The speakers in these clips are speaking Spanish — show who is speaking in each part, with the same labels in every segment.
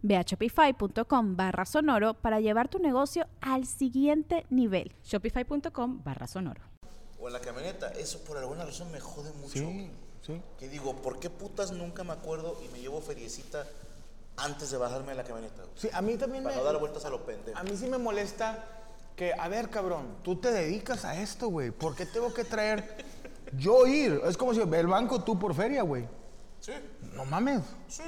Speaker 1: Ve a shopify.com barra sonoro para llevar tu negocio al siguiente nivel.
Speaker 2: Shopify.com barra sonoro.
Speaker 3: O en la camioneta, eso por alguna razón me jode mucho.
Speaker 4: Sí, sí.
Speaker 3: Que digo, ¿por qué putas nunca me acuerdo y me llevo feriecita antes de bajarme de la camioneta? güey?
Speaker 4: Sí, a mí también
Speaker 3: Para
Speaker 4: me-
Speaker 3: no dar vueltas a lo pendejo.
Speaker 4: A mí sí me molesta que, a ver, cabrón, tú te dedicas a esto, güey. ¿Por qué tengo que traer yo ir? Es como si el banco tú por feria, güey.
Speaker 3: Sí,
Speaker 4: No mames.
Speaker 3: sí.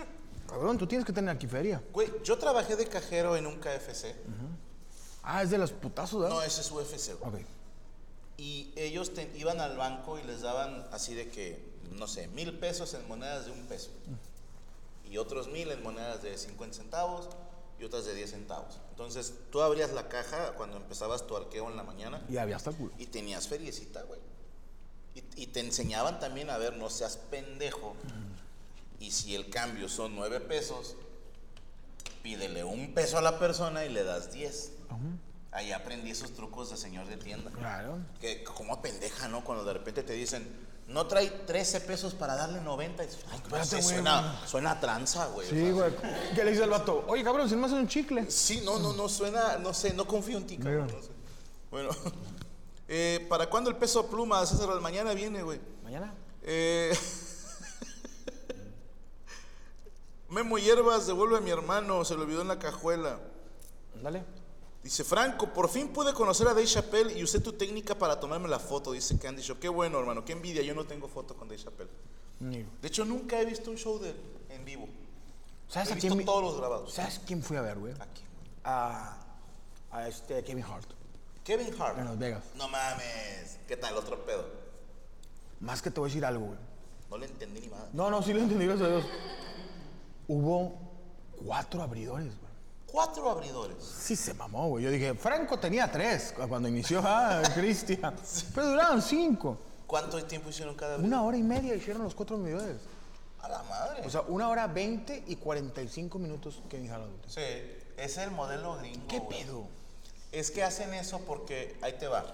Speaker 4: Cabrón, tú tienes que tener aquí feria.
Speaker 3: Güey, yo trabajé de cajero en un KFC.
Speaker 4: Ah, es de los putazos,
Speaker 3: No, eh.
Speaker 4: ¿verdad?
Speaker 3: ese es UFC, güey.
Speaker 4: Ok.
Speaker 3: Y ellos te- iban al banco y les daban así de que, no sé, mil pesos en monedas de un peso. Y otros mil en monedas de 50 centavos y otras de 10 centavos. Entonces, tú abrías la caja cuando empezabas tu arqueo en la mañana
Speaker 4: Y había hasta el culo.
Speaker 3: y tenías feriecita, güey. Y, y te enseñaban también a ver, no seas pendejo. Y si el cambio son nueve pesos, pídele un peso a la persona y le das 10. Ahí aprendí esos trucos de señor de tienda.
Speaker 4: Claro.
Speaker 3: Que como pendeja, ¿no? Cuando de repente te dicen, no trae 13 pesos para darle 90. Y dices, Ay, no sé,
Speaker 4: Espérate, güey,
Speaker 3: suena, suena a tranza, güey. O
Speaker 4: Sí,
Speaker 3: sea,
Speaker 4: güey. ¿Qué le dice el vato? Oye, cabrón, si no me haces un chicle.
Speaker 3: Sí, no, no, no suena, no sé, no confío en ti, cabrón.
Speaker 4: Mira.
Speaker 3: no sé. Bueno, eh, ¿para cuándo el peso pluma, César? Mañana viene, güey.
Speaker 4: ¿Mañana?
Speaker 3: Eh, Memo Hierbas, devuelve a mi hermano, se lo olvidó en la cajuela.
Speaker 4: Dale.
Speaker 3: Dice Franco, por fin pude conocer a Dave Chappelle y usé tu técnica para tomarme la foto, dice Candy Shop. Qué bueno, hermano, qué envidia, yo no tengo foto con Dave Chappelle.
Speaker 4: Ni-
Speaker 3: De hecho, nunca he visto un show de él en vivo.
Speaker 4: ¿Sabes
Speaker 3: He
Speaker 4: a
Speaker 3: visto
Speaker 4: quién vi-
Speaker 3: todos los grabados.
Speaker 4: ¿Sabes quién fui a ver, güey?
Speaker 3: Aquí.
Speaker 4: A, a este Kevin Hart.
Speaker 3: Kevin Hart.
Speaker 4: En Las Vegas.
Speaker 3: No mames. ¿Qué tal? Otro pedo.
Speaker 4: Más que te voy a decir algo, güey.
Speaker 3: No le entendí ni nada.
Speaker 4: No, no, sí lo entendí, gracias a Dios. Hubo cuatro abridores, güey.
Speaker 3: Cuatro abridores.
Speaker 4: Sí se mamó, güey. Yo dije, Franco tenía tres cu- cuando inició, ah, Cristian. Pero duraron cinco.
Speaker 3: ¿Cuánto tiempo hicieron cada abridor?
Speaker 4: Una hora y media hicieron los cuatro abridores.
Speaker 3: A la madre.
Speaker 4: O sea, una hora veinte y cuarenta y cinco minutos que dijeron los
Speaker 3: Sí, es el modelo gringo.
Speaker 4: ¿Qué
Speaker 3: güey.
Speaker 4: pedo?
Speaker 3: Es que hacen eso porque ahí te va.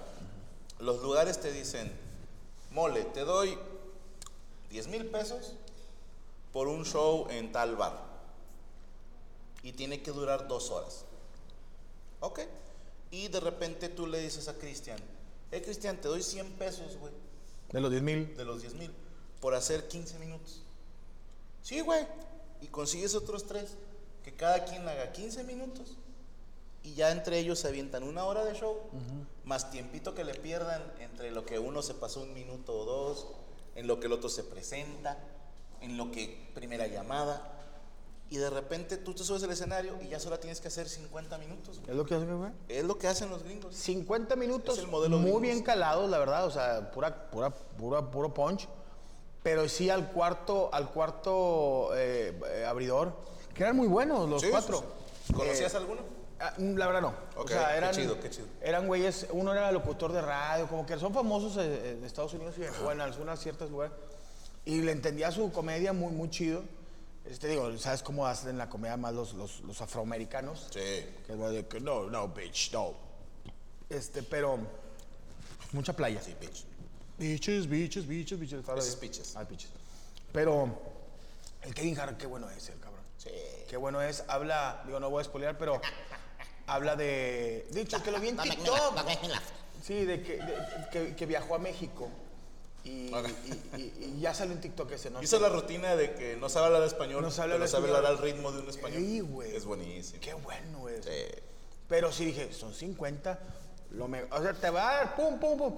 Speaker 3: Los lugares te dicen, mole, te doy 10 mil pesos por un show en tal bar. Y tiene que durar dos horas. ¿Ok? Y de repente tú le dices a Cristian, eh, Cristian, te doy 100 pesos, güey,
Speaker 4: De los diez mil.
Speaker 3: de los 10 mil, por hacer 15 minutos. Sí, güey. Y consigues otros tres, que cada quien haga 15 minutos. Y ya entre ellos se avientan una hora de show, más tiempito que le pierdan entre lo que uno se pasó un minuto o dos, en lo que el otro se presenta, en lo que primera llamada. Y de repente tú te subes al escenario y ya solo tienes que hacer 50 minutos. güey.
Speaker 4: ¿Es lo que hacen, güey?
Speaker 3: Es lo que hacen los gringos.
Speaker 4: 50 minutos
Speaker 3: Es el modelo
Speaker 4: muy
Speaker 3: gringo.
Speaker 4: bien calados, la verdad, o sea, pura, pura, pura, puro punch. Pero sí al cuarto, al cuarto eh, eh, abridor, que eran muy buenos los
Speaker 3: Sí,
Speaker 4: cuatro.
Speaker 3: sí. ¿Conocías
Speaker 4: Eh,
Speaker 3: alguno?
Speaker 4: ah, mm, La verdad no.
Speaker 3: Ok,
Speaker 4: o sea,
Speaker 3: qué
Speaker 4: eran,
Speaker 3: chido, qué chido.
Speaker 4: Eran güeyes, uno era locutor de radio, como que son famosos eh, eh, en Estados Unidos y en, bueno, en algunas ciertas lugares. Y le entendía su comedia muy, muy chido. Este, digo, ¿sabes cómo hacen la comedia más los, los, los afroamericanos?
Speaker 3: Sí.
Speaker 4: Que es más de que, no, no, bitch, no. Este, pero. Mucha playa.
Speaker 3: Sí, bitch.
Speaker 4: Bitches, bitches, bitches, bitches. estaba
Speaker 3: Esos
Speaker 4: bien.
Speaker 3: bitches.
Speaker 4: Ah, bitches. Pero. El Kevin Hart, qué bueno es el cabrón.
Speaker 3: Sí.
Speaker 4: Qué bueno es. Habla, digo, no voy a spoilear, pero. Habla de. De hecho, que lo vi en TikTok. Sí, de que, de- que, que viajó a México. Y,
Speaker 3: Ok.
Speaker 4: y- y- y ya salió en TikTok ese, ¿no?
Speaker 3: Hizo la rutina de que no sabe hablar español,
Speaker 4: No sabe
Speaker 3: pero
Speaker 4: hablar
Speaker 3: sabe
Speaker 4: español.
Speaker 3: hablar al ritmo de un español.
Speaker 4: Sí, güey.
Speaker 3: Es buenísimo.
Speaker 4: Qué bueno es.
Speaker 3: Sí.
Speaker 4: Pero sí dije, son 50. Lo me- O sea, te va a dar pum, pum, pum.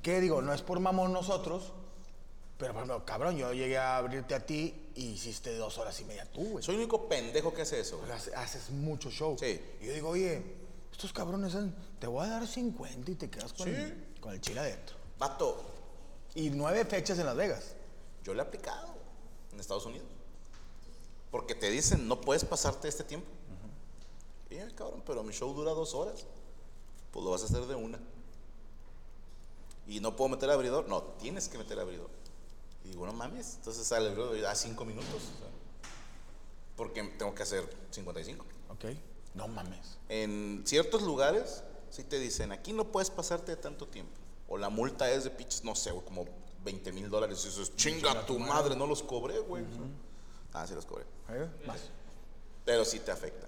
Speaker 4: Que digo, no es por mamón nosotros, pero por ejemplo, cabrón, yo llegué a abrirte a ti y hiciste dos horas y media tú, güey.
Speaker 3: Soy el único pendejo que hace eso,
Speaker 4: O
Speaker 3: güey.
Speaker 4: sea, hace- haces mucho show.
Speaker 3: Sí.
Speaker 4: Y yo digo, oye, estos cabrones, han- te voy a dar 50 y te quedas con, el, con el chile adentro.
Speaker 3: Vato,
Speaker 4: Y nueve fechas en Las Vegas.
Speaker 3: yo le he aplicado en Estados Unidos. Porque te dicen, no puedes pasarte este tiempo. Y yo, cabrón, pero mi show dura dos horas. Pues lo vas a hacer de una. Y no puedo meter abridor. No, tienes que meter abridor. Y digo, no mames. Entonces sale el abridor y da cinco minutos. o sea, porque tengo que hacer 55.
Speaker 4: Ok. No mames.
Speaker 3: En ciertos lugares sí te dicen, aquí no puedes pasarte de tanto tiempo. O la multa es de pinches, no sé, güey, como 20 mil dólares. Y dices, chinga tu madre, no los cobré, güey. Ah, sí los cobré.
Speaker 4: ¿Eh? Más.
Speaker 3: Pero sí te afecta.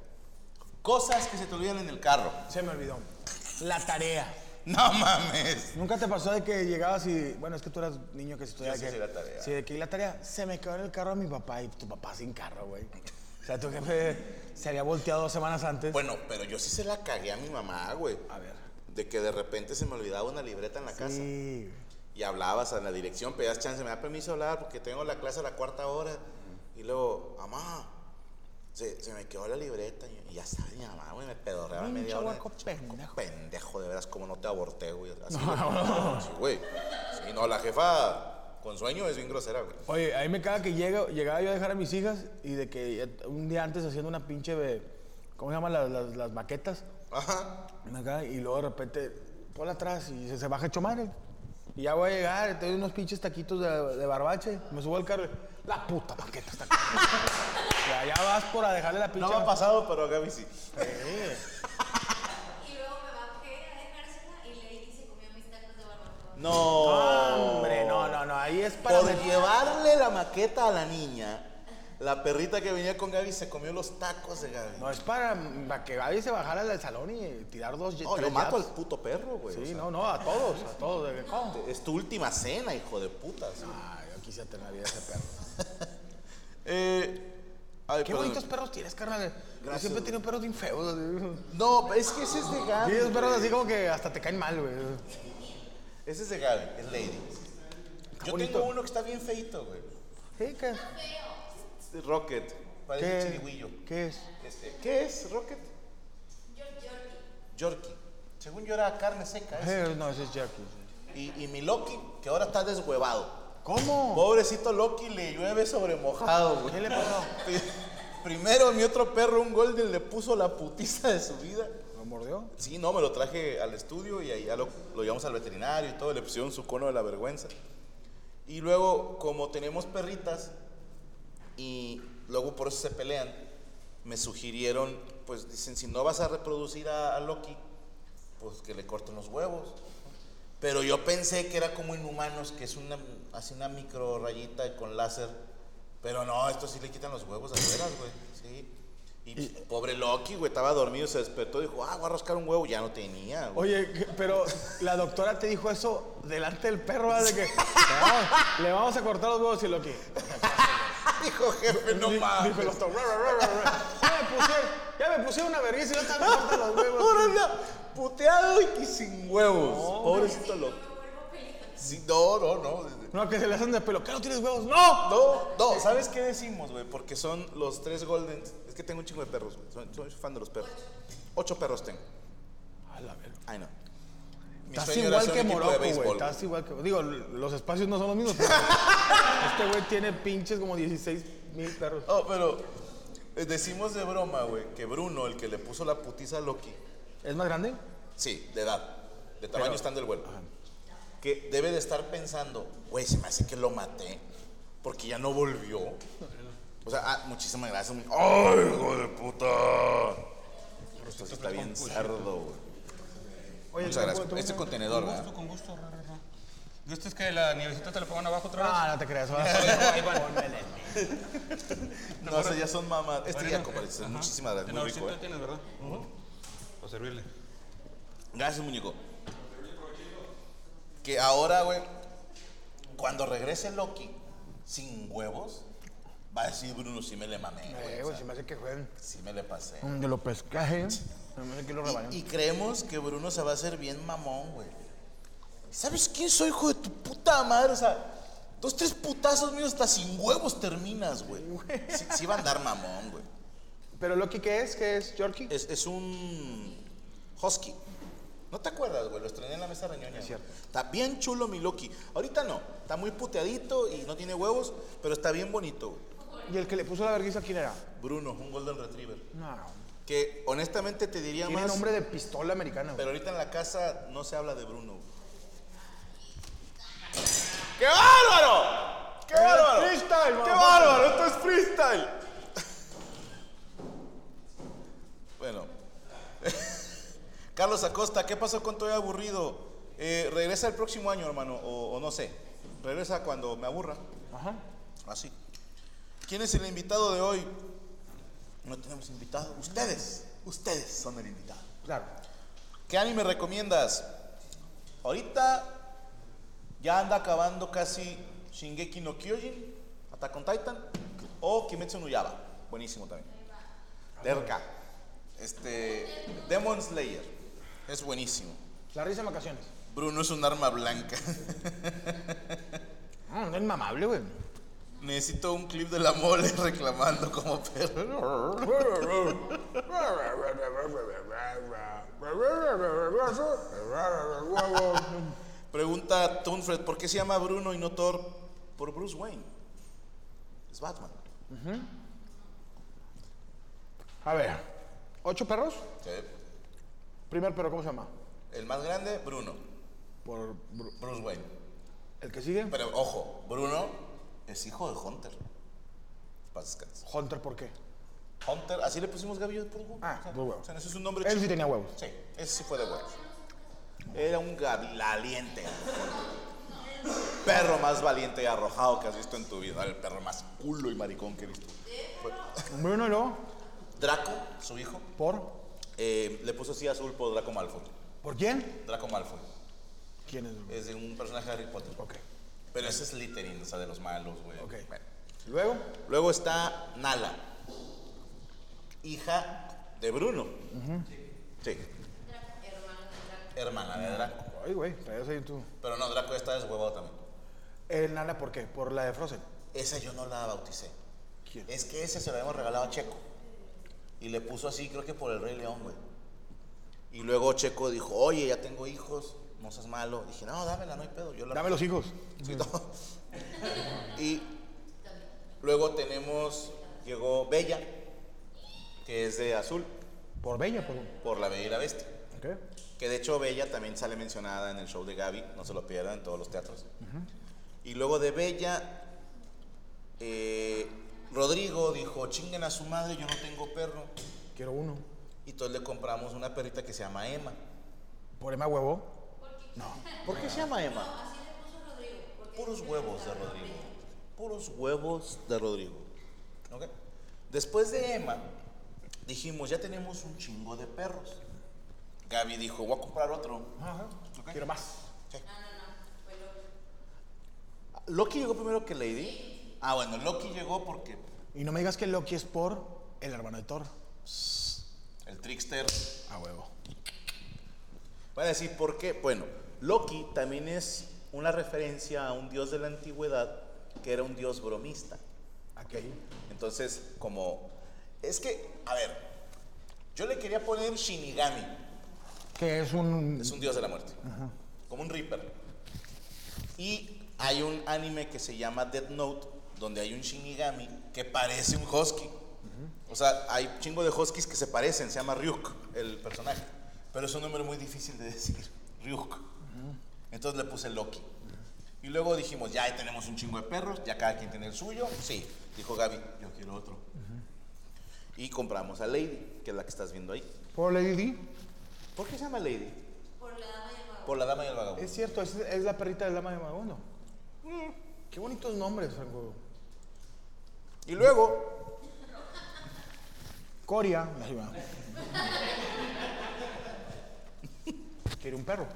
Speaker 3: Cosas que se te olvidan en el carro.
Speaker 4: Se me olvidó. La tarea.
Speaker 3: No mames.
Speaker 4: ¿Nunca te pasó de que llegabas y, bueno, es que tú eras niño que estudiaba
Speaker 3: Yo sí
Speaker 4: que,
Speaker 3: hacía la tarea.
Speaker 4: Sí, de que y la tarea, se me quedó en el carro a mi papá y tu papá sin carro, güey. O sea, tu jefe se había volteado dos semanas antes.
Speaker 3: Bueno, pero yo sí se la cagué a mi mamá, güey.
Speaker 4: a ver.
Speaker 3: De que de repente se me olvidaba una libreta en la casa.
Speaker 4: Sí.
Speaker 3: y hablabas a la dirección, pedías chance, me da permiso hablar porque tengo la clase a la cuarta hora. Y luego, mamá, se, se me quedó la libreta. Y, y ya sabes, mi mamá, güey, me pedorreaba
Speaker 4: Pinche
Speaker 3: media hora.
Speaker 4: hueco Mm, pendejo.
Speaker 3: Pendejo, de veras, como no te aborté, güey. Así, güey. Sí, güey. Sí, no, la jefa con sueño es bien grosera, güey.
Speaker 4: Oye, a mí me caga que llego- llegaba yo a dejar a mis hijas y de que eh, un día antes haciendo una pinche, de- ¿cómo se llaman las, las- las maquetas?
Speaker 3: Ajá.
Speaker 4: Me caga, y luego de repente, ponla atrás y se, se baja hecho madre. Y ya voy a llegar, te doy unos pinches taquitos de, de barbache, me subo al carro y, la puta maqueta está aquí". Y allá vas por a dejarle la pinche...
Speaker 3: No me ha pasado, pero Gaby sí.
Speaker 5: Y luego me bajé a dejársela y Lady se comió mis tacos de barbacoa.
Speaker 3: No. Oh.
Speaker 4: Hombre, no, no, no, ahí es para...
Speaker 3: Por llevarle la maqueta a la niña, la perrita que venía con Gaby se comió los tacos de Gaby.
Speaker 4: No, es para, para que Gaby se bajara del salón y tirar dos... ye-
Speaker 3: No, yo
Speaker 4: tres
Speaker 3: mato al
Speaker 4: jabs.
Speaker 3: puto perro, güey. o sea,
Speaker 4: Sí,
Speaker 3: Este,
Speaker 4: no, no, a todos, a todos. de que, ¿Cómo?
Speaker 3: Es tu última cena, hijo de puta. sí.
Speaker 4: Ah, yo quisiera tener la vida de ese perro.
Speaker 3: Eh, ay,
Speaker 4: Qué
Speaker 3: perdón.
Speaker 4: bonitos perros tienes, carnal. Yo
Speaker 3: Gracias,
Speaker 4: siempre he
Speaker 3: güey.
Speaker 4: tenido perros bien feos. así.
Speaker 3: No, es que ese es de
Speaker 4: Sí,
Speaker 3: Gaby.
Speaker 4: esos perros
Speaker 3: güey.
Speaker 4: así como que hasta te caen mal, güey.
Speaker 3: Ese es de Gaby, es Lady. Yo
Speaker 4: bonito.
Speaker 3: tengo uno que está bien feito, güey.
Speaker 4: Sí, ¿qué?
Speaker 3: Este Rocket. Parece chirigüillo.
Speaker 4: ¿Qué es?
Speaker 3: Este, ¿Qué es Rocket? Yorkie. Según yo era carne seca. ese.
Speaker 4: Eh, no, ese es Jackie.
Speaker 3: Y, y mi Loki, que ahora está deshuevado.
Speaker 4: ¿Cómo?
Speaker 3: Pobrecito Loki, le llueve sobre mojado, güey.
Speaker 4: ¿Qué le pasó?
Speaker 3: Primero mi otro perro, un golden, le puso la putiza de su vida.
Speaker 4: ¿Lo mordió?
Speaker 3: Sí, no, me lo traje al estudio y ahí ya lo, lo llevamos al veterinario y todo, le pusieron su cono de la vergüenza. Y luego, como tenemos perritas y luego por eso se pelean, me sugirieron, pues dicen, si no vas a reproducir a, a Loki, pues que le corten los huevos. Pero yo pensé que era como inhumanos, que es una, así una micro rayita con láser. Pero no, esto sí le quitan los huevos de veras, güey. Sí. Y, pobre Loki, güey, estaba dormido, se despertó, dijo, ah, voy a rascar un huevo. Ya no tenía, güey.
Speaker 4: Oye, que- pero la doctora te dijo eso delante del perro, ¿verdad? De que le vamos, le vamos a cortar los huevos y lo que.
Speaker 3: Dijo, jefe, no
Speaker 4: Di-
Speaker 3: mames.
Speaker 4: Dijo el doctor. "Ra, ra, ra, ra, ra". Ya me pusieron, ya me pusieron una vergüenza y no te me cortan los
Speaker 3: Ahora
Speaker 4: huevos.
Speaker 3: anda puteado y que sin huevos. Pobrecito Loki. Sí, no, no, no.
Speaker 4: No, que se le hacen de pelo. ¿Qué no tienes huevos? ¡No!
Speaker 3: No, no, ¿sabes qué decimos, güey? Porque son los tres Goldens. Es que tengo un chingo de perros, güey. Soy, soy fan de los perros. Ocho perros tengo.
Speaker 4: A la verga.
Speaker 3: Ay, no. Mi
Speaker 4: Estás
Speaker 3: sueño era
Speaker 4: igual
Speaker 3: ser
Speaker 4: que
Speaker 3: un equipo de
Speaker 4: Morocco,
Speaker 3: béisbol,
Speaker 4: güey.
Speaker 3: güey.
Speaker 4: Estás igual que. Digo, los espacios no son los mismos. pero este güey tiene pinches como 16 mil perros.
Speaker 3: Oh, pero eh, decimos de broma, güey, que Bruno, el que le puso la putiza a Loki,
Speaker 4: ¿Es más grande?
Speaker 3: sí, de edad, de tamaño estándar el vuelo, que debe de estar pensando, güey, se me hace que lo maté porque ya no volvió. O sea, ah, muchísimas gracias. mu- ¡Ay, hijo de puta! Esto sí está bien sardo, güey. Muchas gracias. Este contenedor,
Speaker 6: Con
Speaker 3: ¿verdad?
Speaker 6: gusto, con gusto. ra, ra, ra. ¿Gustas que la nievecita te la pongan abajo otra vez?
Speaker 4: Ah, no te creas. va.
Speaker 6: Ahí van.
Speaker 3: No, esas ya son mamás. Este ya,
Speaker 6: Ahorita-
Speaker 3: compadre, este es
Speaker 6: Ajá.
Speaker 3: muchísimas gracias. Muy rico,
Speaker 6: Tenedorcito
Speaker 3: eh.
Speaker 6: tienes, ¿verdad? Para servirle.
Speaker 3: Gracias, muñeco. Que ahora, güey, cuando regrese Loki sin huevos, va a decir Bruno, sí me le mamé, güey.
Speaker 4: Eh, güey, se me hace que jueguen.
Speaker 3: Sí me le pasé.
Speaker 4: Mm, Yo lo pescajé. Se me hace que lo rebañan.
Speaker 3: Y, y creemos que Bruno se va a hacer bien mamón, güey. ¿Sabes quién soy, hijo de tu puta madre? O sea, dos, tres putazos míos hasta sin huevos terminas, güey. Sí, sí va a andar mamón, güey.
Speaker 4: ¿Pero Loki qué es? ¿Qué es, Yorkie?
Speaker 3: Es, es un husky. ¿No te acuerdas, güey? Lo estrené en la mesa reñoña.
Speaker 4: Es cierto.
Speaker 3: güey. Está bien chulo mi Loki. Ahorita no. Está muy puteadito y no tiene huevos, pero está bien bonito. güey.
Speaker 4: ¿Y el que le puso la vergüenza quién era?
Speaker 3: Bruno, un Golden Retriever.
Speaker 4: No.
Speaker 3: Que honestamente te diría
Speaker 4: Tiene
Speaker 3: más.
Speaker 4: nombre de pistola americana, güey.
Speaker 3: Pero ahorita en la casa no se habla de Bruno. güey. ¡Qué bárbaro! ¡Qué
Speaker 4: Era
Speaker 3: bárbaro!
Speaker 4: freestyle,
Speaker 3: ¡Qué
Speaker 4: mamá.
Speaker 3: bárbaro! ¡Esto es freestyle! bueno. Carlos Acosta, ¿qué pasó con todo aburrido? Eh, regresa el próximo año, hermano, o, o no sé. Regresa cuando me aburra.
Speaker 4: Ajá.
Speaker 3: Así. ¿Quién es el invitado de hoy? No tenemos invitado. Ustedes. Ustedes son el invitado.
Speaker 4: Claro.
Speaker 3: ¿Qué anime recomiendas? Ahorita ya anda acabando casi Shingeki no Kyojin, Attack on Titan o Kimetsu no Yaba. Buenísimo también. Derka. Este Demon Slayer. Es buenísimo.
Speaker 4: La risa en vacaciones.
Speaker 3: Bruno es un arma blanca.
Speaker 4: Ah, no es mamable, güey.
Speaker 3: Necesito un clip de la mole reclamando como perro. Pregunta Tunfred, ¿por qué se llama Bruno y no Thor? Por Bruce Wayne. Es Batman.
Speaker 4: A ver. ¿Ocho perros?
Speaker 3: Sí.
Speaker 4: Primer perro, ¿cómo se llama?
Speaker 3: El más grande, Bruno.
Speaker 4: Por Bru-
Speaker 3: Bruce Wayne.
Speaker 4: ¿El que sigue?
Speaker 3: Pero ojo, Bruno es hijo de Hunter. Paz descanse.
Speaker 4: Hunter, ¿por qué?
Speaker 3: Hunter, así le pusimos Gavillo de huevo.
Speaker 4: Ah, por huevo.
Speaker 3: O sea, ese es un nombre
Speaker 4: Él sí
Speaker 3: chido.
Speaker 4: tenía huevos.
Speaker 3: Sí, ese sí fue de huevos. Era un gavilaliente. Perro más valiente y arrojado que has visto en tu vida. El perro más culo y maricón que he visto. Fue-
Speaker 4: Bruno y luego,
Speaker 3: Draco, su hijo,
Speaker 4: ¿por?
Speaker 3: eh, le puso así azul por Draco Malfoy.
Speaker 4: ¿Por quién?
Speaker 3: Draco Malfoy.
Speaker 4: ¿Quién es? Bruno?
Speaker 3: Es de un personaje de Harry Potter.
Speaker 4: Ok.
Speaker 3: Pero ese es Slytherin, o sea, de los malos, güey.
Speaker 4: Ok.
Speaker 3: Bueno.
Speaker 4: Luego,
Speaker 3: Luego está Nala, hija de Bruno. Sí. Hermana de Draco.
Speaker 4: ay, güey, traías ahí tú.
Speaker 3: Pero no, Draco ya está deshuevado también.
Speaker 4: El Nala, ¿por qué? Por la de Frozen.
Speaker 3: Esa yo no la bauticé.
Speaker 4: ¿Quién?
Speaker 3: Es que ese se lo habíamos regalado a Checo. Y le puso así, creo que por el Rey León, güey. Y luego Checo dijo, oye, ya tengo hijos, no seas malo. Dije, no, dámela, no hay pedo. Yo la
Speaker 4: Dame los hijos.
Speaker 3: Sí, no. Y luego tenemos, llegó Bella, que es de azul,
Speaker 4: Por Bella, por...
Speaker 3: por la Bella y la Bestia.
Speaker 4: Ok.
Speaker 3: Que de hecho Bella también sale mencionada en el show de Gaby, no se lo pierdan en todos los teatros. Y luego de Bella, eh, Rodrigo dijo, chinguen a su madre, yo no tengo perro.
Speaker 4: Quiero uno.
Speaker 3: Y entonces le compramos una perrita que se llama Emma.
Speaker 4: Por Emma Huevo.
Speaker 3: ¿Por qué se llama Emma? Puros huevos de Rodrigo. Puros huevos de Rodrigo. ¿Ok? Después de Emma, dijimos, ya tenemos un chingo de perros. Gaby dijo, voy a comprar otro.
Speaker 4: Ajá.
Speaker 3: Ok.
Speaker 4: Quiero más.
Speaker 3: ¿Loki llegó primero que Lady? Ah, bueno, Loki llegó porque
Speaker 4: Y no me digas que Loki es por el hermano de Thor.
Speaker 3: el trickster.
Speaker 4: A huevo.
Speaker 3: Voy a decir por qué. Bueno, Loki también es una referencia a un dios de la antigüedad que era un dios bromista.
Speaker 4: Aquí.
Speaker 3: Entonces, como. Es que, a ver, yo le quería poner Shinigami,
Speaker 4: Que es un...
Speaker 3: es un dios de la muerte, como un Reaper. Y hay un anime que se llama Death Note, donde hay un Shinigami que parece un Husky. O sea, hay chingo de Huskies que se parecen, se llama Ryuk, el personaje. Pero es un nombre muy difícil de decir, Ryuk. Entonces le puse Loki. Y luego dijimos, ya tenemos un chingo de perros, ya cada quien tiene el suyo. Sí, dijo Gaby, yo quiero otro. Y compramos a Lady, que es la que estás viendo ahí.
Speaker 4: Por Lady Di.
Speaker 3: ¿Por qué se llama Lady? Por la dama y el vagabundo.
Speaker 4: Es cierto, es, es la perrita del dama de Magundo. Qué bonitos nombres, Franco.
Speaker 3: Y luego,
Speaker 4: Coria. Ahí va. Quiere un perro.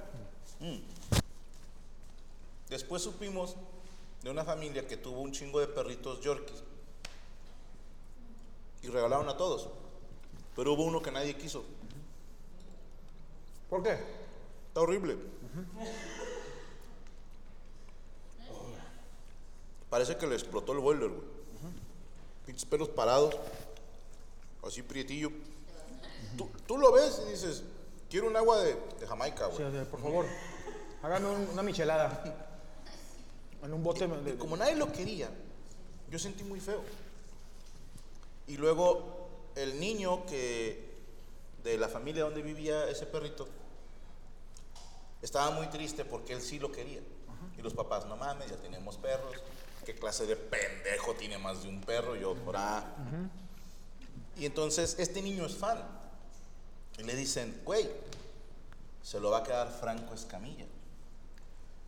Speaker 3: después supimos de una familia que tuvo un chingo de perritos yorkies. Y regalaron a todos. Pero hubo uno que nadie quiso.
Speaker 4: ¿Por qué?
Speaker 3: Está horrible. Parece que le explotó el boiler, güey. Pinches pelos parados. Así prietillo. Tú, tú lo ves y dices, quiero un agua de, de Jamaica,
Speaker 4: Sí,
Speaker 3: güey.
Speaker 4: o sea, por favor, hágame un- una michelada. En un bote. de-
Speaker 3: Y como nadie lo quería, yo sentí muy feo. Y luego el niño que de la familia donde vivía ese perrito estaba muy triste porque él sí lo quería. Y los papás, no mames, ya tenemos perros. ¿Qué clase de pendejo tiene más de un perro? Yo, por ah". Y entonces este niño es fan. Y le dicen, güey, se lo va a quedar Franco Escamilla.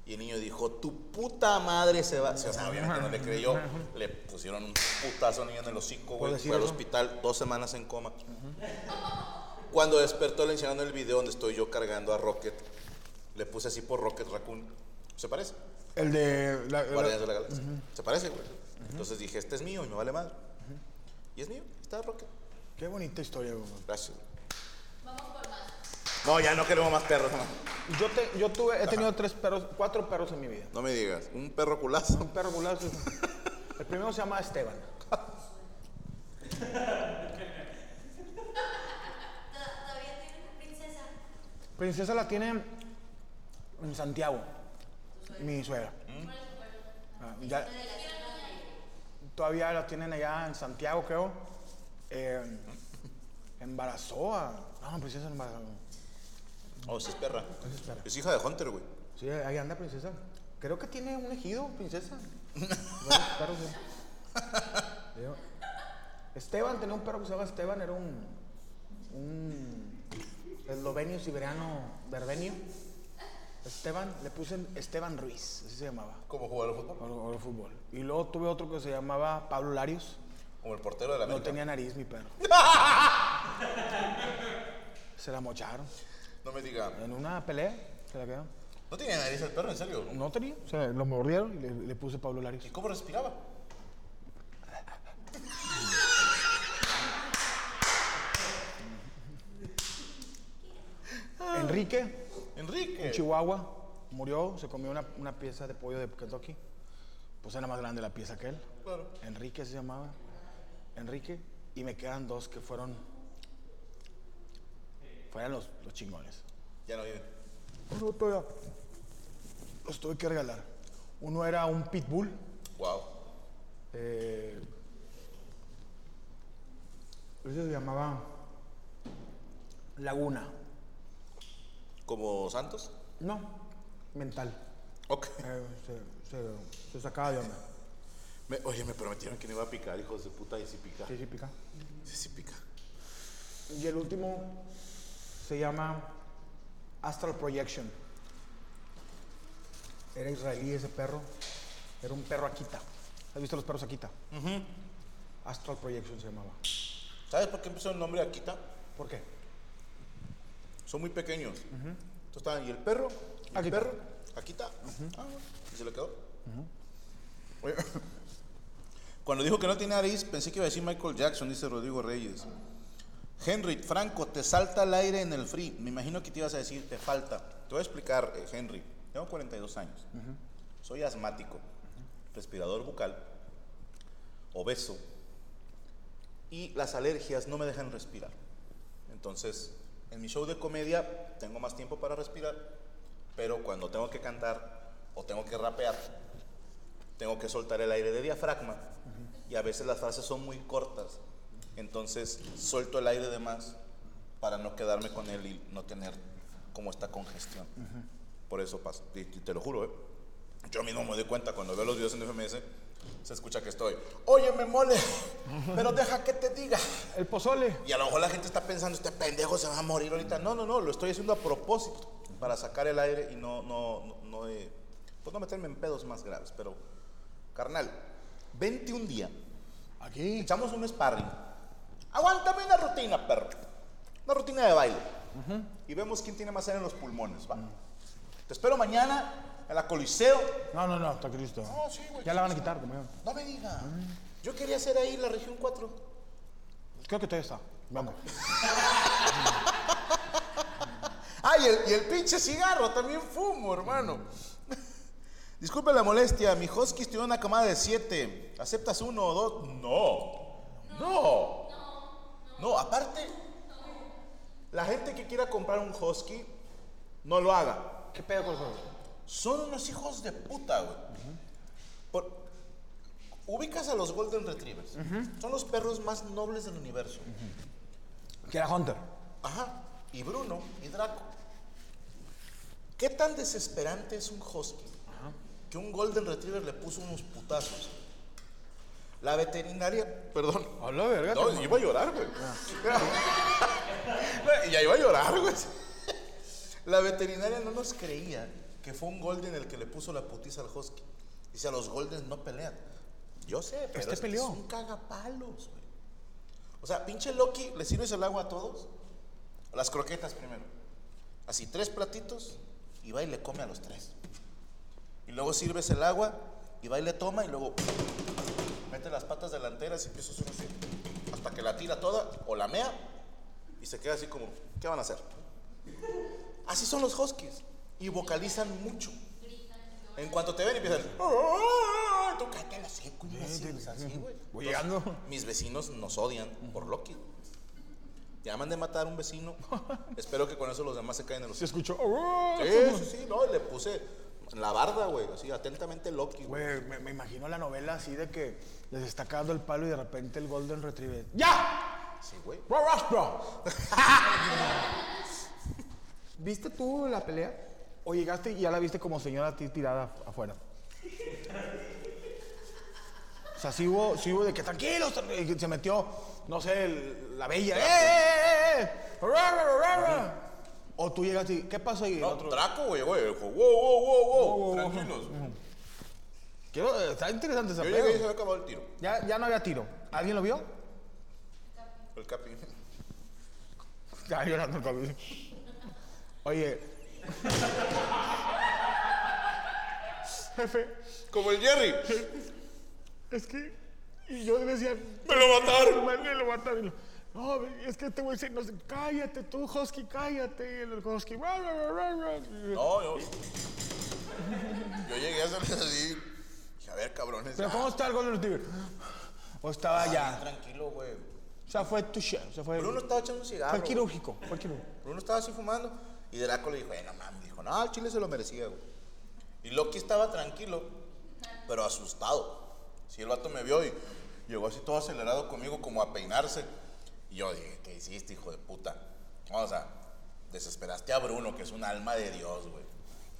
Speaker 3: Y el niño dijo, tu puta madre se va. O sea, obviamente no le creyó. Le pusieron un putazo al niño en el hocico, güey.
Speaker 4: decir
Speaker 3: Fue al
Speaker 4: algo.
Speaker 3: hospital, dos semanas en coma. Cuando despertó le enseñaron el video donde estoy yo cargando a Rocket. Le puse así por Rocket Raccoon. ¿Se parece?
Speaker 4: El de. la- la-
Speaker 3: Guardianes de la Galaxia. ¿Se parece, güey? Entonces dije, este es mío y me vale madre. Y es mío, está Rocket.
Speaker 4: Qué bonita historia, güey.
Speaker 3: Gracias. Vamos por más. No, ya no queremos más perros. No,
Speaker 4: Yo, te- yo tuve, he tenido tres perros, cuatro perros en mi vida.
Speaker 3: No me digas, un perro culazo.
Speaker 4: Un perro gulazo. El primero se llama Esteban.
Speaker 5: Todavía tiene una princesa.
Speaker 4: Princesa la tiene en Santiago. Mi suegra. Ah, ya- todavía la tienen allá en Santiago, creo. Eh, embarazó a. No, princesa embarazó.
Speaker 3: Oh, sí es perra.
Speaker 4: Es perra.
Speaker 3: Es hija de Hunter, güey.
Speaker 4: Sí, ahí anda princesa. Creo que tiene un ejido, princesa. Varios perros, sí. Yo- Esteban tenía un perro que se llama Esteban, era un. un eslovenio siberiano verbenio. Esteban, le puse Esteban Ruiz, así se llamaba.
Speaker 3: ¿Cómo jugar al fútbol?
Speaker 4: O, o fútbol. Y luego tuve otro que se llamaba Pablo Larios.
Speaker 3: Como el portero de la
Speaker 4: No
Speaker 3: América.
Speaker 4: tenía nariz mi perro. se la mocharon.
Speaker 3: No me diga.
Speaker 4: En una pelea se la quedaron.
Speaker 3: No tenía nariz el perro, en serio.
Speaker 4: No tenía, o sea, lo mordieron y le, le puse Pablo Larios.
Speaker 3: ¿Y cómo respiraba?
Speaker 4: Enrique,
Speaker 3: Enrique.
Speaker 4: en Chihuahua, murió, se comió una, una pieza de pollo de Kentucky. Pues era más grande la pieza que él.
Speaker 3: Claro.
Speaker 4: Enrique se llamaba. Enrique. Y me quedan dos que fueron. Fueron los, los chingones.
Speaker 3: Ya no vive.
Speaker 4: Uno todavía los tuve que regalar. Uno era un pitbull.
Speaker 3: Wow.
Speaker 4: Eh, ese se llamaba Laguna.
Speaker 3: ¿Como Santos?
Speaker 4: No, mental.
Speaker 3: Ok.
Speaker 4: Eh, se, se- se sacaba de onda.
Speaker 3: Me- oye, me prometieron que no iba a picar, hijos de puta, y si pica.
Speaker 4: Sí, sí, pica.
Speaker 3: Sí, sí pica.
Speaker 4: Y el último se llama Astral Projection. Era israelí ese perro. Era un perro Akita. ¿Has visto los perros Akita? Astral Projection se llamaba.
Speaker 3: ¿Sabes por qué empezó el nombre Akita?
Speaker 4: ¿Por qué?
Speaker 3: Son muy pequeños. Entonces estaban, ¿y el perro? ¿Y
Speaker 4: Akita.
Speaker 3: ¿El perro? Akita. Ah, bueno. ¿Y se le quedó? Oye, cuando dijo que no tiene nariz, pensé que iba a decir Michael Jackson, dice Rodrigo Reyes. Henry, Franco, te salta al aire en el free. Me imagino que te ibas a decir, te falta. Te voy a explicar, eh, Henry. Tengo 42 años. Soy asmático, respirador bucal, obeso, y las alergias no me dejan respirar. Entonces, en mi show de comedia tengo más tiempo para respirar, pero cuando tengo que cantar o tengo que rapear, tengo que soltar el aire de diafragma y a veces las frases son muy cortas. Entonces, suelto el aire de más para no quedarme con él y no tener como esta congestión. Por eso pasa, y- y te lo juro, ¿eh? Yo mismo me doy cuenta cuando veo los videos en FMS, se escucha que estoy, oye, me mole, pero deja que te diga.
Speaker 4: El pozole.
Speaker 3: Y a lo mejor la gente está pensando, este pendejo se va a morir ahorita. No, no, no, lo estoy haciendo a propósito, para sacar el aire y no, no, no, no, eh, pues no meterme en pedos más graves. Pero, carnal, vente un día,
Speaker 4: Aquí.
Speaker 3: echamos un sparring, aguántame una rutina, perro, una rutina de baile, y vemos quién tiene más aire en los pulmones, ¿va? Te espero mañana en la Coliseo.
Speaker 4: No, no, no, está listo.
Speaker 3: No, sí, güey.
Speaker 4: Ya la van a quitar, como yo.
Speaker 3: No me diga. Yo quería hacer ahí la región 4.
Speaker 4: Creo que todavía está. Vamos.
Speaker 3: Ah, y el, y el pinche cigarro, también fumo, hermano. Disculpe la molestia, mi husky tiene una camada de siete. ¿Aceptas uno o dos? No. No. No, aparte, la gente que quiera comprar un husky, no lo haga.
Speaker 4: ¿Qué pedo con eso?
Speaker 3: Son unos hijos de puta, güey. Por- Ubicas a los Golden Retrievers. Son los perros más nobles del universo.
Speaker 4: Que era Hunter.
Speaker 3: Ajá. Y Bruno y Draco. ¿Qué tan desesperante es un husky que un Golden Retriever le puso unos putazos? La veterinaria, perdón.
Speaker 4: Hola, verga.
Speaker 3: No, iba a llorar, güey. No, ya iba a llorar, güey. La veterinaria no nos creía que fue un Golden el que le puso la putiza al husky. Dice, a los Golden no pelean. Yo sé, pero
Speaker 4: Este
Speaker 3: este
Speaker 4: peleó.
Speaker 3: es un cagapalos, güey. O sea, pinche Loki, ¿le sirves el agua a todos? Las croquetas primero. Así, tres platitos y va y le come a los tres. Y luego sirves el agua y va y le toma y luego mete las patas delanteras y empieza a hacer así. Hasta que la tira toda o la mea y se queda así como, ¿qué van a hacer? Así son los huskies y vocalizan mucho. En cuanto te ven empiezan, "Ah", tú cállate el hocico", y así, pues, así, güey.
Speaker 4: Voy llegando.
Speaker 3: Mis vecinos nos odian por Loki. Llaman de matar a un vecino. Espero que con eso los demás se caen en los...
Speaker 4: Se
Speaker 3: Sí,
Speaker 4: escuchó. Oh,
Speaker 3: sí, sí, no, le puse la barda, güey, así, atentamente Loki, güey.
Speaker 4: Güey, me, me imagino la novela así de que les está cagando el palo y de repente el Golden Retriever. ¡Ya!
Speaker 3: Sí, güey.
Speaker 4: ¡Bro, bro, bro! ¿Viste tú la pelea? ¿O llegaste y ya la viste como señora a ti tirada af- afuera? O sea, sí hubo, sí hubo de que tranquilos, tra- y que se metió, no sé, el- la bella. ¡Eh, eh, eh, eh! ¡Ra, ra, ra, ra, ra! O tú llegaste y, ¿qué pasó? Y el
Speaker 3: No,
Speaker 4: otro,
Speaker 3: Draco, güey, güey, dijo, wow, wow, wow, wow,
Speaker 4: wow, wow.
Speaker 3: tranquilos.
Speaker 4: Quiero, eh, está interesante esa
Speaker 3: Yo llegué y se
Speaker 4: pelea.
Speaker 3: había acabado el tiro.
Speaker 4: Ya, ya no había tiro. ¿Alguien lo vio?
Speaker 3: El capi.
Speaker 4: Ya llorando el cabrón. Oye. Jefe,
Speaker 3: Como el Jerry.
Speaker 4: es que. Y yo le decía,
Speaker 3: ¡Me lo mataron!
Speaker 4: me lo mataron. No, es que este te voy a decir, no sé, cállate tú, Husky, cállate. Y el Husky, "Ra, ra, ra, ra, ra".
Speaker 3: No, yo... Yo llegué a hacerles así. Dije, a ver, cabrones.
Speaker 4: Pero
Speaker 3: ya.
Speaker 4: ¿cómo está el Golden Retriever? O estaba
Speaker 3: Bien
Speaker 4: allá.
Speaker 3: Tranquilo, güey.
Speaker 4: O sea, fue tu shit. O sea, fue.
Speaker 3: Bruno estaba echando un cigarro.
Speaker 4: Fue quirúrgico, fue quirúrgico.
Speaker 3: Bruno estaba así fumando y Draco le dijo, eh, no mames, dijo, no, el chile se lo merecía, güey. Y Loki estaba tranquilo, pero asustado. Si el vato me vio y llegó así todo acelerado conmigo como a peinarse. Y yo dije, ¿qué hiciste, hijo de puta? O sea, desesperaste a Bruno, que es un alma de Dios, güey.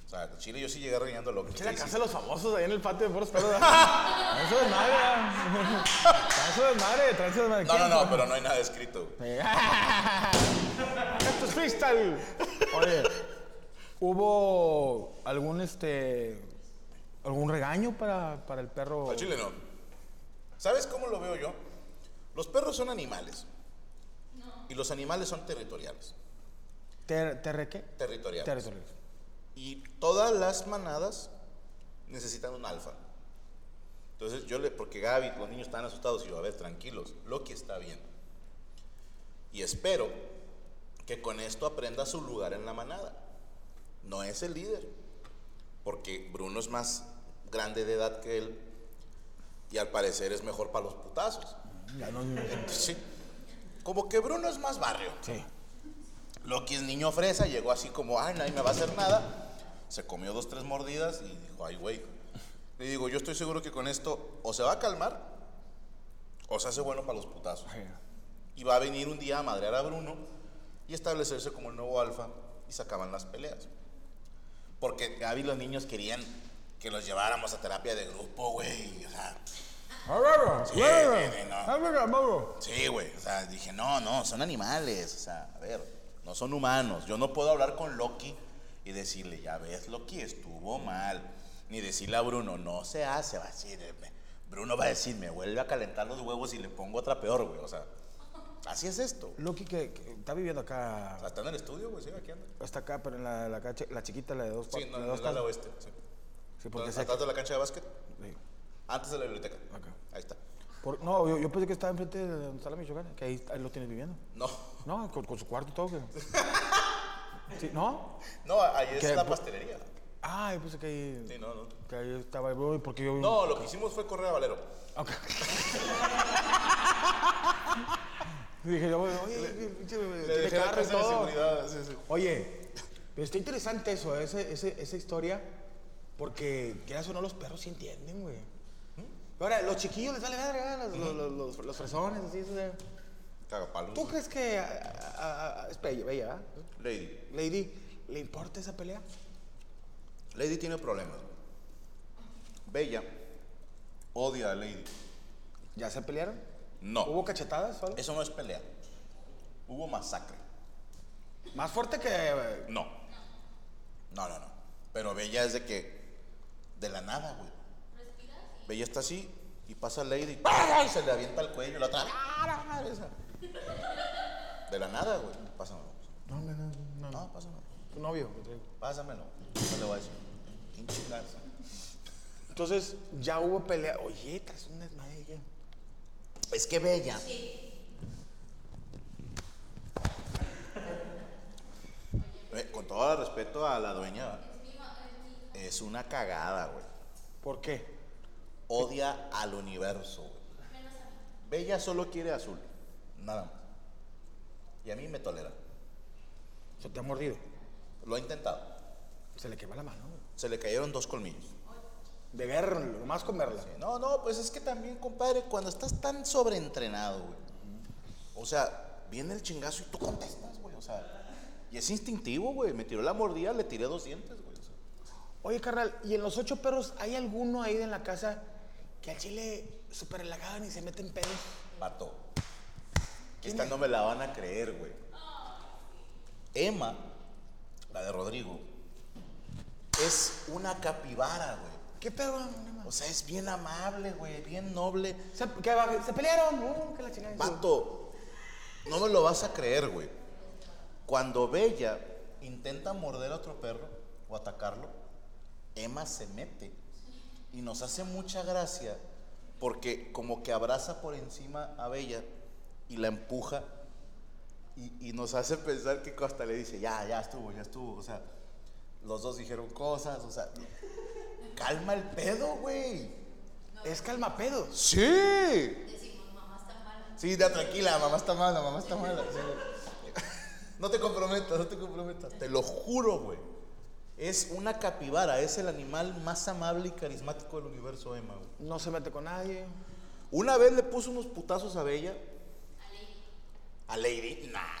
Speaker 3: O sea, el chile yo sí llegué regañando a Loki.
Speaker 4: Eché
Speaker 3: ¿qué
Speaker 4: la
Speaker 3: hiciste?
Speaker 4: casa de los famosos ahí en el patio de Foros Perros. Transo de madre. Transo de madre, transo de madre.
Speaker 3: No, no, no, pero no hay nada escrito. güey.
Speaker 4: Esto es freestyle. Oye, ¿hubo algún este algún regaño para, para el perro?
Speaker 3: Al chile no. ¿Sabes cómo lo veo yo? Los perros son animales. Y los animales son territoriales.
Speaker 4: ¿Ter, terre qué?
Speaker 3: Territoriales.
Speaker 4: Territorial.
Speaker 3: Y todas las manadas necesitan un alfa. Entonces yo le, porque Gaby, los niños estaban asustados y yo, a ver, tranquilos, Loki está bien. Y espero que con esto aprenda su lugar en la manada. No es el líder, porque Bruno es más grande de edad que él y al parecer es mejor para los putazos.
Speaker 4: Ya no-
Speaker 3: Sí. Como que Bruno es más barrio.
Speaker 4: Sí.
Speaker 3: Loki es niño fresa, llegó así como, ay, nadie me va a hacer nada. Se comió dos, tres mordidas y dijo, ay, güey. Le digo, yo estoy seguro que con esto o se va a calmar o se hace bueno para los putazos. Y va a venir un día a madrear a Bruno y establecerse como el nuevo alfa y se acaban las peleas. Porque Gaby y los niños querían que los lleváramos a terapia de grupo, güey. O sea, Ah, Sí, sí, sí,
Speaker 4: Ah,
Speaker 3: no. Sí, güey. O sea, dije, no, no, son animales. O sea, a ver, no son humanos. Yo no puedo hablar con Loki y decirle, ya ves, Loki estuvo mal. Ni decirle a Bruno, no se hace, va a decir, eh, me- Bruno va a decir, me vuelve a calentar los huevos y le pongo otra peor, güey. O sea, así es esto.
Speaker 4: Loki que, que está viviendo acá,
Speaker 3: O sea, está en el estudio, güey, sí, aquí anda.
Speaker 4: está acá, pero en la, la, cancha- la chiquita, la de dos
Speaker 3: Sí,
Speaker 4: cuartos,
Speaker 3: no,
Speaker 4: la
Speaker 3: en
Speaker 4: de dos
Speaker 3: el ala
Speaker 4: casas.
Speaker 3: oeste. Sí.
Speaker 4: Sí, porque
Speaker 3: Entonces,
Speaker 4: sé
Speaker 3: atrás de la cancha de básquet,
Speaker 4: que- sí.
Speaker 3: antes de la biblioteca.
Speaker 4: Ok.
Speaker 3: Ahí está.
Speaker 4: Por- no, yo, yo pensé que estaba enfrente de donde está la Michoacana, que ahí, ahí lo tienes viviendo.
Speaker 3: No,
Speaker 4: No, con, con su cuarto y todo. que- Sí, ¿No?
Speaker 3: no, ahí es
Speaker 4: ¿Qué?
Speaker 3: la pastelería.
Speaker 4: Ah, yo pensé que ahí,
Speaker 3: Sí, no, no.
Speaker 4: que ahí estaba el bro, porque yo...
Speaker 3: No, lo que hicimos fue correr a Valero.
Speaker 4: Ok. Dije yo, oye, pinche,
Speaker 3: Le
Speaker 4: tiene
Speaker 3: dejé la
Speaker 4: carro y
Speaker 3: casa de
Speaker 4: todo.
Speaker 3: seguridad. sí, sí.
Speaker 4: Oye, pero está interesante eso, ese- ese- esa historia, porque quieras o no, los perros sí entienden, güey. ¿Mm? Ahora, los chiquillos les vale verga, los, los, los, los- los fresones, así, eso, eh.
Speaker 3: Cagapalos.
Speaker 4: ¿Tú crees que a, a- a- es bella, bella, ¿verdad?
Speaker 3: Lady.
Speaker 4: Lady, ¿le importa esa pelea?
Speaker 3: Lady tiene problemas. Bella odia a Lady.
Speaker 4: ¿Ya se pelearon?
Speaker 3: No.
Speaker 4: ¿Hubo cachetadas o algo?
Speaker 3: Eso no es pelea. Hubo masacre.
Speaker 4: Más fuerte que... eh,
Speaker 3: No. No, no, no. Pero Bella es de que. De la nada, güey. Bella está así y pasa Lady. ¡Ah! Y se le avienta el cuello. La otra. ¡Ah, la madre esa! De la nada, güey. Pásamelo.
Speaker 4: No, no, no, no, no.
Speaker 3: No, pásamelo.
Speaker 4: Tu novio. lo traigo.
Speaker 3: Pásamelo. No le voy a decir. Pinche lanza.
Speaker 4: Entonces, ya hubo pelea. Oye, traes un desmadre. ¿qué?
Speaker 3: Es que Bella. Eh, con todo el respeto a la dueña, es una cagada, güey.
Speaker 4: ¿Por qué?
Speaker 3: Odia al universo, güey. Bella solo quiere azul, nada más. Y a mí me tolera.
Speaker 4: Se te ha mordido.
Speaker 3: Lo ha intentado.
Speaker 4: Se le quema la mano. güey.
Speaker 3: Se le cayeron dos colmillos.
Speaker 4: De verlo, nomás con verla.
Speaker 3: No, no, pues es que también, compadre, cuando estás tan sobreentrenado, güey. O sea, viene el chingazo y tú contestas, güey. O sea, y es instintivo, güey. Me tiró la mordida, le tiré dos dientes, güey. o sea.
Speaker 4: Oye, carnal, ¿y en los ocho perros hay alguno ahí en la casa que al chile súper relajado y se meten pedos?
Speaker 3: Pato. Esta no me la van a creer, güey. Emma, la de Rodrigo, es una capibara, güey.
Speaker 4: ¿Qué pedo?
Speaker 3: O sea, es bien amable, güey, bien noble.
Speaker 4: ¿Se, que va- se pelearon? Uh, que la chingada.
Speaker 3: Pato, no me lo vas a creer, güey. Cuando Bella intenta morder a otro perro o atacarlo, Emma se mete y nos hace mucha gracia porque como que abraza por encima a Bella y la empuja y, y nos hace pensar que Costa le dice, ya, ya estuvo, ya estuvo. O sea, los dos dijeron cosas, o sea, calma el pedo, güey.
Speaker 4: Es calma pedos.
Speaker 3: Sí. Decimos, mamá está mala. Sí, da tranquila, mamá está mala, mamá está mala. sí. No te comprometas, no te comprometas. Te lo juro, güey. Es una capibara, es el animal más amable y carismático del universo, Emma, güey.
Speaker 4: No se mete con nadie.
Speaker 3: Una vez le puso unos putazos a Bella. A Lady. A Lady, nah.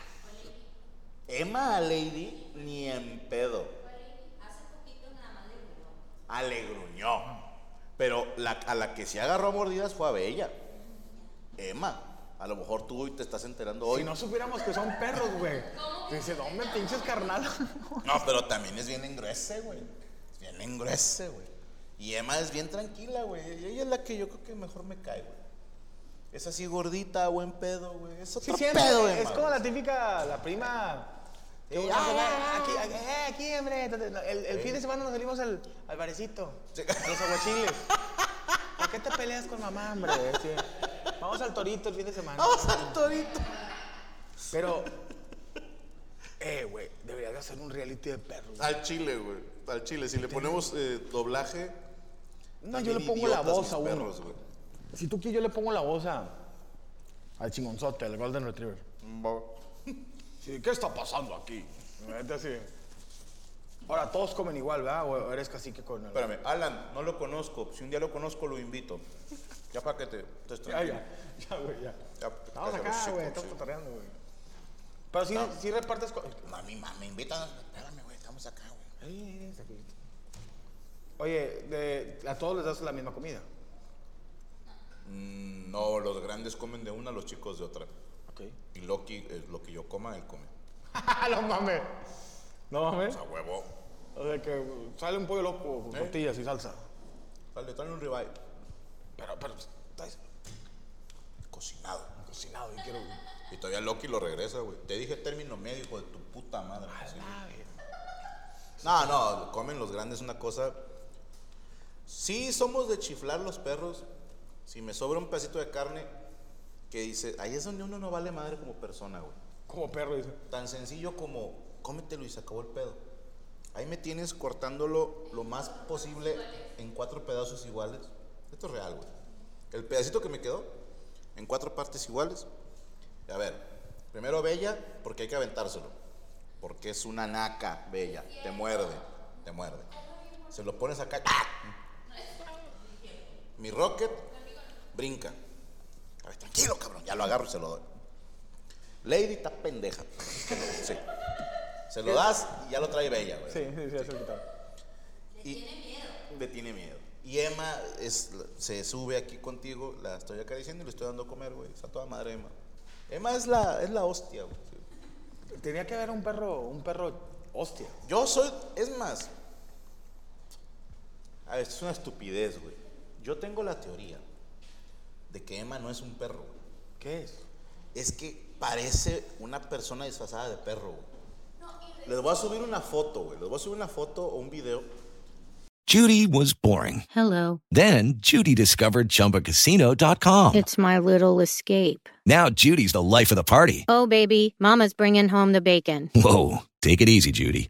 Speaker 3: Emma a Lady, ni en pedo. A le gruñó. Pero la- a la que se agarró a mordidas fue a Bella. Emma, a lo mejor tú y te estás enterando hoy.
Speaker 4: Si no supiéramos que son perros, güey. Te dice, no me pinches, carnal.
Speaker 3: No, pero también es bien engruese, güey. Es bien engruese, güey. Y Emma es bien tranquila, güey. Y Ella es la que yo creo que mejor me cae, güey. Es así gordita, buen pedo, güey. Es
Speaker 4: Sí,
Speaker 3: otro
Speaker 4: siempre.
Speaker 3: pedo,
Speaker 4: es
Speaker 3: Emma,
Speaker 4: como
Speaker 3: güey.
Speaker 4: la típica, la prima. que,
Speaker 3: Eh,
Speaker 4: ah,
Speaker 3: ah,
Speaker 4: ah, aquí, aquí, eh, aquí, hombre. Entonces, no, El, el fin de semana nos salimos al, al barecito.
Speaker 3: Sí.
Speaker 4: A los aguachiles. ¿Por qué te peleas con mamá, hombre? Sí. Vamos al torito el fin de semana.
Speaker 3: Vamos al torito.
Speaker 4: Pero, eh, güey, deberías de hacer un reality de perros.
Speaker 3: Al chile, güey. Al chile. Si le ponemos eh, doblaje.
Speaker 4: No, yo
Speaker 3: también
Speaker 4: le pongo la
Speaker 3: idiotas
Speaker 4: voz
Speaker 3: mis
Speaker 4: a uno.
Speaker 3: perros, güey.
Speaker 4: Si tú quieres, yo le pongo la voz a, al chingonzote, al Golden Retriever. Sí, ¿qué está pasando aquí? Neta, sí. Ahora, todos comen igual, ¿verdad? O eres cacique con... el-
Speaker 3: Espérame, Alan, no lo conozco. Si un día lo conozco, lo invito. Ya para que te. estés
Speaker 4: Ya,
Speaker 3: tranquilo.
Speaker 4: ya, ya, güey, ya.
Speaker 3: Ya, te
Speaker 4: Estamos
Speaker 3: callas
Speaker 4: acá,
Speaker 3: el
Speaker 4: güey,
Speaker 3: hocico,
Speaker 4: estamos
Speaker 3: sí.
Speaker 4: cotorreando, güey. Pero sí, sí repartes... co-
Speaker 3: Mami, mami, invítanos. Espérame, güey, estamos acá, güey.
Speaker 4: Ay, tranquilito. Oye, de- a todos les das la misma comida.
Speaker 3: Mm, No, los grandes comen de una, los chicos de otra.
Speaker 4: Ok.
Speaker 3: Y Loki, eh, lo que yo coma, él come.
Speaker 4: no mames. No
Speaker 3: O
Speaker 4: mames.
Speaker 3: sea, huevo.
Speaker 4: O sea, que sale un pollo loco con
Speaker 3: ¿Eh?
Speaker 4: tortillas y salsa.
Speaker 3: Dale, trae un ribeye.
Speaker 4: Pero, pero, traes
Speaker 3: Cocinado.
Speaker 4: cocinado y quiero...
Speaker 3: Y todavía Loki lo regresa, güey. Te dije término medio, hijo de tu puta madre. Sí. No, no, comen los grandes una cosa. Sí, somos de chiflar los perros. Si me sobra un pedacito de carne, que dice, ahí es donde uno no vale madre como persona, güey.
Speaker 4: Como perro, dice.
Speaker 3: Tan sencillo como, cómetelo y se acabó el pedo. Ahí me tienes cortándolo lo más posible en cuatro pedazos iguales. Esto es real, güey. El pedacito que me quedó, en cuatro partes iguales. A ver, primero Bella, porque hay que aventárselo. Porque es una naca, Bella. Te muerde, te muerde. Se lo pones acá. ¡tac! Mi Rocket brinca. A ver, tranquilo, cabrón. Ya lo agarro y se lo doy. Lady está pendeja. Sí. Se lo das y ya lo trae Bella, güey.
Speaker 4: Sí, sí, sí, es el guitarra.
Speaker 3: Y tiene miedo. Le tiene miedo. Y Emma es- se sube aquí contigo, la estoy acariciando y le estoy dando a comer, güey. Está toda madre Emma. Emma es la, es la hostia, güey.
Speaker 4: Tenía que haber un perro, un perro hostia.
Speaker 3: Yo soy, es más, a ver, esto es una estupidez, güey. Yo tengo la teoría de que Emma no es un perro, güey.
Speaker 4: ¿Qué es?
Speaker 3: Es que parece una persona disfrazada de perro, güey. Les voy a subir una foto, güey. Les voy a subir una foto o un video.
Speaker 7: Judy was boring.
Speaker 8: Hello.
Speaker 7: Then Judy discovered ChumbaCasino.com.
Speaker 8: It's my little escape.
Speaker 7: Now Judy's the life of the party.
Speaker 8: Oh, baby, Mama's bringing home the bacon.
Speaker 7: Whoa, take it easy, Judy.